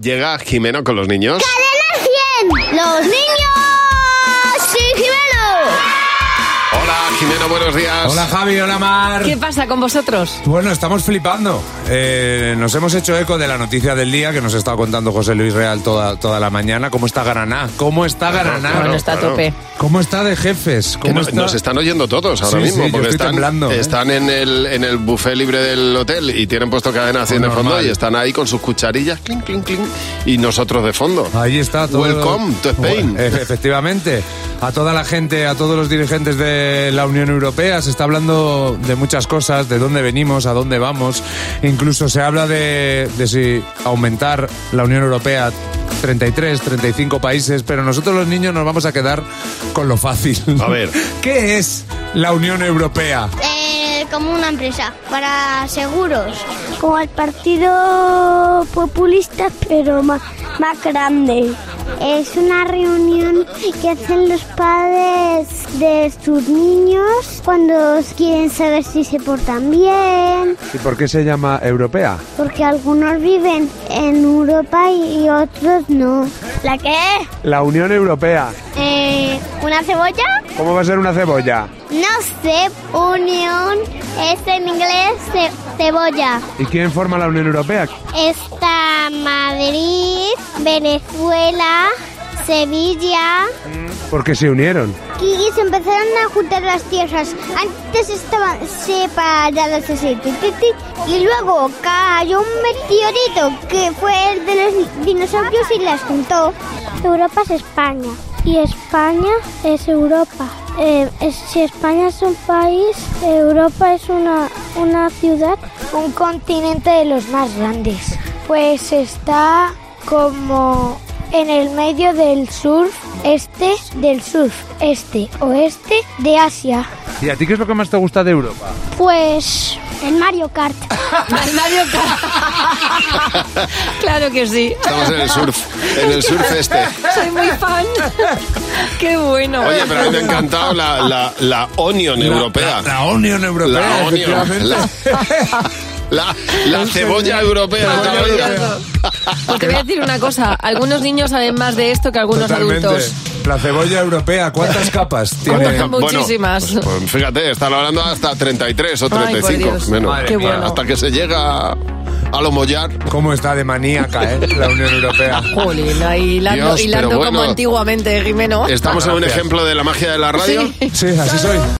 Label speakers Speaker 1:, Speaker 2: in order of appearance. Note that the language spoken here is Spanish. Speaker 1: Llega Jimeno con los niños.
Speaker 2: ¡Cadena 100! ¡Los niños! ¡Sí,
Speaker 1: Hola, Jimeno, buenos días.
Speaker 3: Hola Javi, hola Mar.
Speaker 4: ¿Qué pasa con vosotros?
Speaker 3: Bueno, estamos flipando. Eh, nos hemos hecho eco de la noticia del día que nos está contando José Luis Real toda, toda la mañana. ¿Cómo está Garaná? ¿Cómo está Garaná?
Speaker 1: Claro,
Speaker 4: bueno, está
Speaker 1: claro.
Speaker 4: a tope.
Speaker 3: ¿Cómo está de jefes?
Speaker 1: Que
Speaker 3: ¿Cómo
Speaker 1: no-
Speaker 3: está?
Speaker 1: Nos están oyendo todos ahora
Speaker 3: Sí,
Speaker 1: mismo,
Speaker 3: sí, yo
Speaker 1: porque
Speaker 3: estoy
Speaker 1: están,
Speaker 3: temblando, ¿eh?
Speaker 1: están en, el, en el buffet libre del hotel y tienen puesto cadena 100 de
Speaker 3: Normal.
Speaker 1: fondo y están ahí con sus cucharillas, clink, clink, clink, y nosotros de fondo.
Speaker 3: Ahí está todo. eh.
Speaker 1: Welcome to Spain.
Speaker 3: Efe- Efectivamente. A toda la gente, a todos los dirigentes de la Unión Europea, se está hablando de muchas cosas, de dónde venimos, a dónde vamos. Incluso se habla de, de si aumentar la Unión Europea 33, 35 países, pero nosotros los niños nos vamos a quedar con lo fácil.
Speaker 1: A ver.
Speaker 3: ¿Qué es la Unión Europea?
Speaker 2: Eh, como una empresa para seguros. Como el Partido Populista, pero más, más grande. Es una reunión que hacen los padres de sus niños cuando quieren saber si se portan bien,
Speaker 3: ¿Y por qué se llama Europea?
Speaker 2: porque algunos viven en Europa y otros no. ¿La qué? Eh,
Speaker 3: La Unión Europea.
Speaker 2: ¿Una cebolla?
Speaker 3: ¿Cómo va a ser una cebolla?
Speaker 2: No sé, unión es en inglés ce- cebolla.
Speaker 3: ¿Y quién forma la Unión Europea?
Speaker 2: Está Madrid, Venezuela, Sevilla.
Speaker 3: Porque se unieron.
Speaker 2: Y se empezaron a juntar las tierras. Antes estaban separadas así. ti, ti, ti, Y luego cayó un meteorito que fue el de los dinosaurios y las juntó. Europa es España. Y España es Europa. si España es un país, Europa es una, una ciudad. Un continente de los más grandes. Pues está como en el medio del surf, este del surf, este oeste de Asia.
Speaker 3: ¿Y a ti qué es lo que más te gusta de Europa?
Speaker 2: Pues el Mario Kart.
Speaker 4: Al Mario Kart. claro que sí.
Speaker 1: Estamos en el surf, en el surf este.
Speaker 4: Soy muy fan. Qué bueno.
Speaker 1: Oye, pero a mí me ha encantado la, la, la Onion Europea.
Speaker 3: La, Unión Europea.
Speaker 1: La Onion.
Speaker 3: efectivamente.
Speaker 1: La, la- la cebolla europea.
Speaker 3: La
Speaker 1: ¿no?
Speaker 3: Unión Europea.
Speaker 4: Porque voy a decir una cosa. Algunos niños saben más de esto que algunos
Speaker 3: Totalmente.
Speaker 4: adultos.
Speaker 3: La cebolla europea, ¿cuántas capas tiene?
Speaker 4: ¿Cuántas capas? Muchísimas.
Speaker 1: Bueno, pues, pues, fíjate, están hablando hasta 33 o
Speaker 4: Ay, por
Speaker 1: 35.
Speaker 4: Dios.
Speaker 1: menos.
Speaker 3: Madre Qué
Speaker 4: mía. bueno.
Speaker 1: Hasta que se llega a lo mollar.
Speaker 3: ¿Cómo está de maníaca, eh? La Unión Europea.
Speaker 4: Jolín, ahí hilando,
Speaker 1: Dios,
Speaker 4: hilando
Speaker 1: pero bueno.
Speaker 4: como antiguamente, Jimeno.
Speaker 1: Estamos en un
Speaker 3: Ah, Gracias.
Speaker 1: ejemplo de la magia de la radio.
Speaker 3: Sí, así soy.